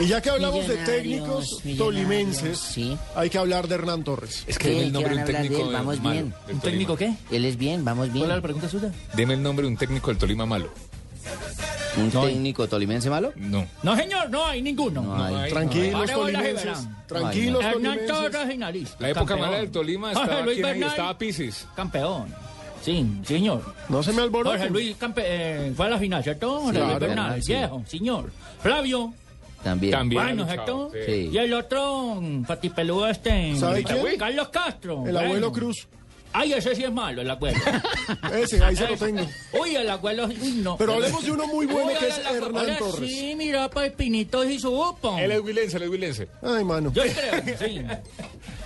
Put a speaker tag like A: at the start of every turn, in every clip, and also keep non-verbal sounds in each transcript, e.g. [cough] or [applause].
A: Y ya que hablamos de
B: Millonarios,
A: técnicos tolimenses,
B: millonarios, sí.
A: hay que hablar de Hernán Torres.
C: Es
B: Sí,
C: que dime el
B: ¿qué
C: nombre
B: van a
C: de un
B: hablar de
C: técnico
B: él? Vamos
C: malo.
B: bien.
C: del
D: ¿Un técnico
C: Tolima.
D: qué?
B: Él es bien, vamos bien.
D: ¿Cuál era la pregunta suya?
C: Dime el nombre de un técnico del Tolima malo.
E: ¿Un técnico tolimense malo?
C: No.
D: No, señor, no hay ninguno.
E: No hay.
A: Tranquilos
D: Ahora voy a la
A: tolimenses.
D: Gibran.
A: Tranquilos
D: Hernán
A: tolimenses.
D: Torres y Nariz.
C: La época
D: Campeón.
C: mala del
D: [laughs]
C: Tolima
D: Jorge
C: estaba,
D: Luis
C: ¿quién ahí?
D: Bernal,
C: estaba
D: Mm.
C: Pisis.
D: Campeón. Sí, señor.
A: No se me
D: Jorge
A: alboroten.
D: Luis campe- eh, fue a la final, ¿cierto? Jorge
A: Claro.
D: Luis Bernal,
E: Sí.
D: viejo, señor. Flavio,
E: También.
C: También. Bien,
D: bueno,
C: chao,
D: ¿cierto?
E: sí.
D: Y el otro, mm, patipeludo este.
A: ¿Sabe quién?
D: Carlos Castro.
A: El abuelo
D: bueno. Ah.
A: Cruz.
D: Ay, ese sí es malo, el abuelo.
A: [laughs] Ese, ahí se
D: [laughs]
A: lo tengo.
D: Uy, el abuelo, uy, no.
A: Pero hablemos de uno muy bueno
D: Uy,
A: que es
D: el abuelo,
A: Hernán
D: ahora
A: Torres.
D: Sí, mira, pa' Espinitos y su upo.
C: Él es huilense, él es huilense.
A: Ay, mano.
D: Yo creo, sí.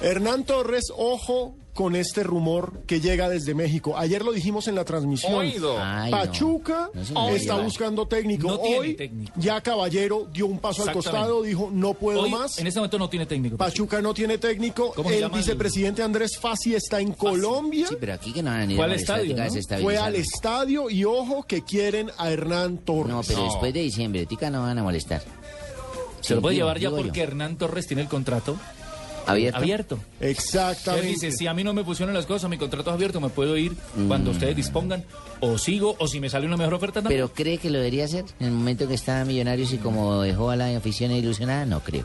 A: Hernán Torres, ojo con este rumor que llega desde México. Ayer lo dijimos en la transmisión.
C: Oído.
B: Ah,
E: Ay, no.
A: Pachuca
E: No se me
A: está
E: diga.
A: buscando técnico.
D: No tiene
A: Hoy
D: técnico.
A: ya Caballero dio un paso al
D: Exactamente.
A: costado, dijo no [laughs] puedo
D: Hoy,
A: más.
D: en este momento no tiene técnico.
A: Pachuca no tiene técnico.
D: ¿Cómo se
A: El
D: llama el-
A: vicepresidente Andrés Fassi está en Colombia.
E: Sí, pero aquí que no van a venir
D: Fue al
E: a molestar,
D: estadio,
E: tica,
D: ¿no?
A: Fue
E: desestabilizar.
A: al estadio y ojo que quieren a Hernán Torres.
E: No, pero
C: No.
E: después de diciembre, tica no van a molestar.
D: Se lo puede
E: Digo,
D: llevar ya
E: digo yo.
D: porque Hernán Torres tiene el contrato
E: Abierto.
D: abierto. Él
A: Exactamente.
D: dice, si a mí no me pusieron las cosas, mi contrato es abierto, me puedo ir
E: Mm.
D: cuando ustedes dispongan, o sigo, o si me sale una mejor oferta. también.
E: Pero cree que lo debería hacer en el momento que estaba Millonarios y como dejó a la afición ilusionada, no creo.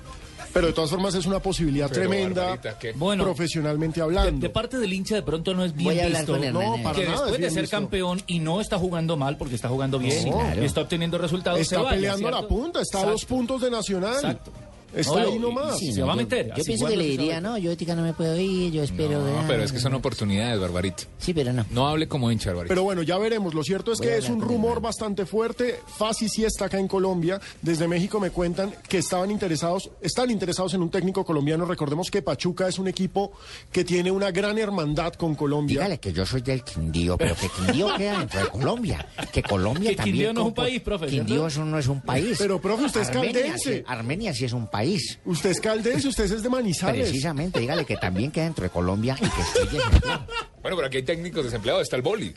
A: Pero de todas formas es una posibilidad
C: Pero,
A: tremenda,
C: Barbarita, ¿qué?
D: Bueno.
A: profesionalmente
D: de,
A: hablando.
D: de parte del hincha de pronto no es bien
E: Voy a hablar
D: visto.
E: con Hernán.
A: no,
E: eh.
A: para
D: que
A: nada,
D: después
A: es
D: de
A: bien
D: ser
A: visto.
D: campeón y no está jugando mal porque está jugando bien
E: Sí,
D: y-
E: claro.
D: y está obteniendo resultados se
A: Está
D: vaya,
A: peleando a la
D: ¿cierto?
A: punta, está a dos
D: Exacto.
A: puntos de Nacional.
D: Exacto.
A: Está
D: No,
A: ahí
D: y-
A: nomás.
D: sí, Se va a
E: yo-
D: meter,
E: Yo,
D: así
E: pienso
D: igual
E: que
D: no
E: le
D: se va a
E: diría,
D: meter.
E: no, yo ética no me puedo ir, yo espero.
C: No,
E: ah,
C: pero es que son oportunidades, Barbarita.
E: Sí, pero no.
C: No hable como hincha, Barbarita.
A: Pero bueno, ya veremos. Lo cierto es
E: Voy a
A: que es
E: hablar
A: un
E: con
A: rumor
E: Hernán.
A: bastante fuerte. Fasi sí está acá en Colombia. Desde México me cuentan que estaban interesados, están interesados en un técnico colombiano. Recordemos que Pachuca es un equipo que tiene una gran hermandad con Colombia.
F: Dígale que yo soy del Quindío, pero que Quindío queda dentro de Colombia. Que Colombia
D: Que
F: también.
D: Quindío no es un
F: compo-
D: país, profe,
F: Quindío
D: ¿cierto?
F: eso no es un país.
A: Pero, profe, usted es
F: Armenia,
A: caldense.
F: sí- Armenia sí es un país.
A: Usted es caldense, usted es de Manizales.
F: Precisamente, dígale que también queda dentro de Colombia y que estoy
C: Bueno, pero aquí hay técnicos desempleados, está el boli.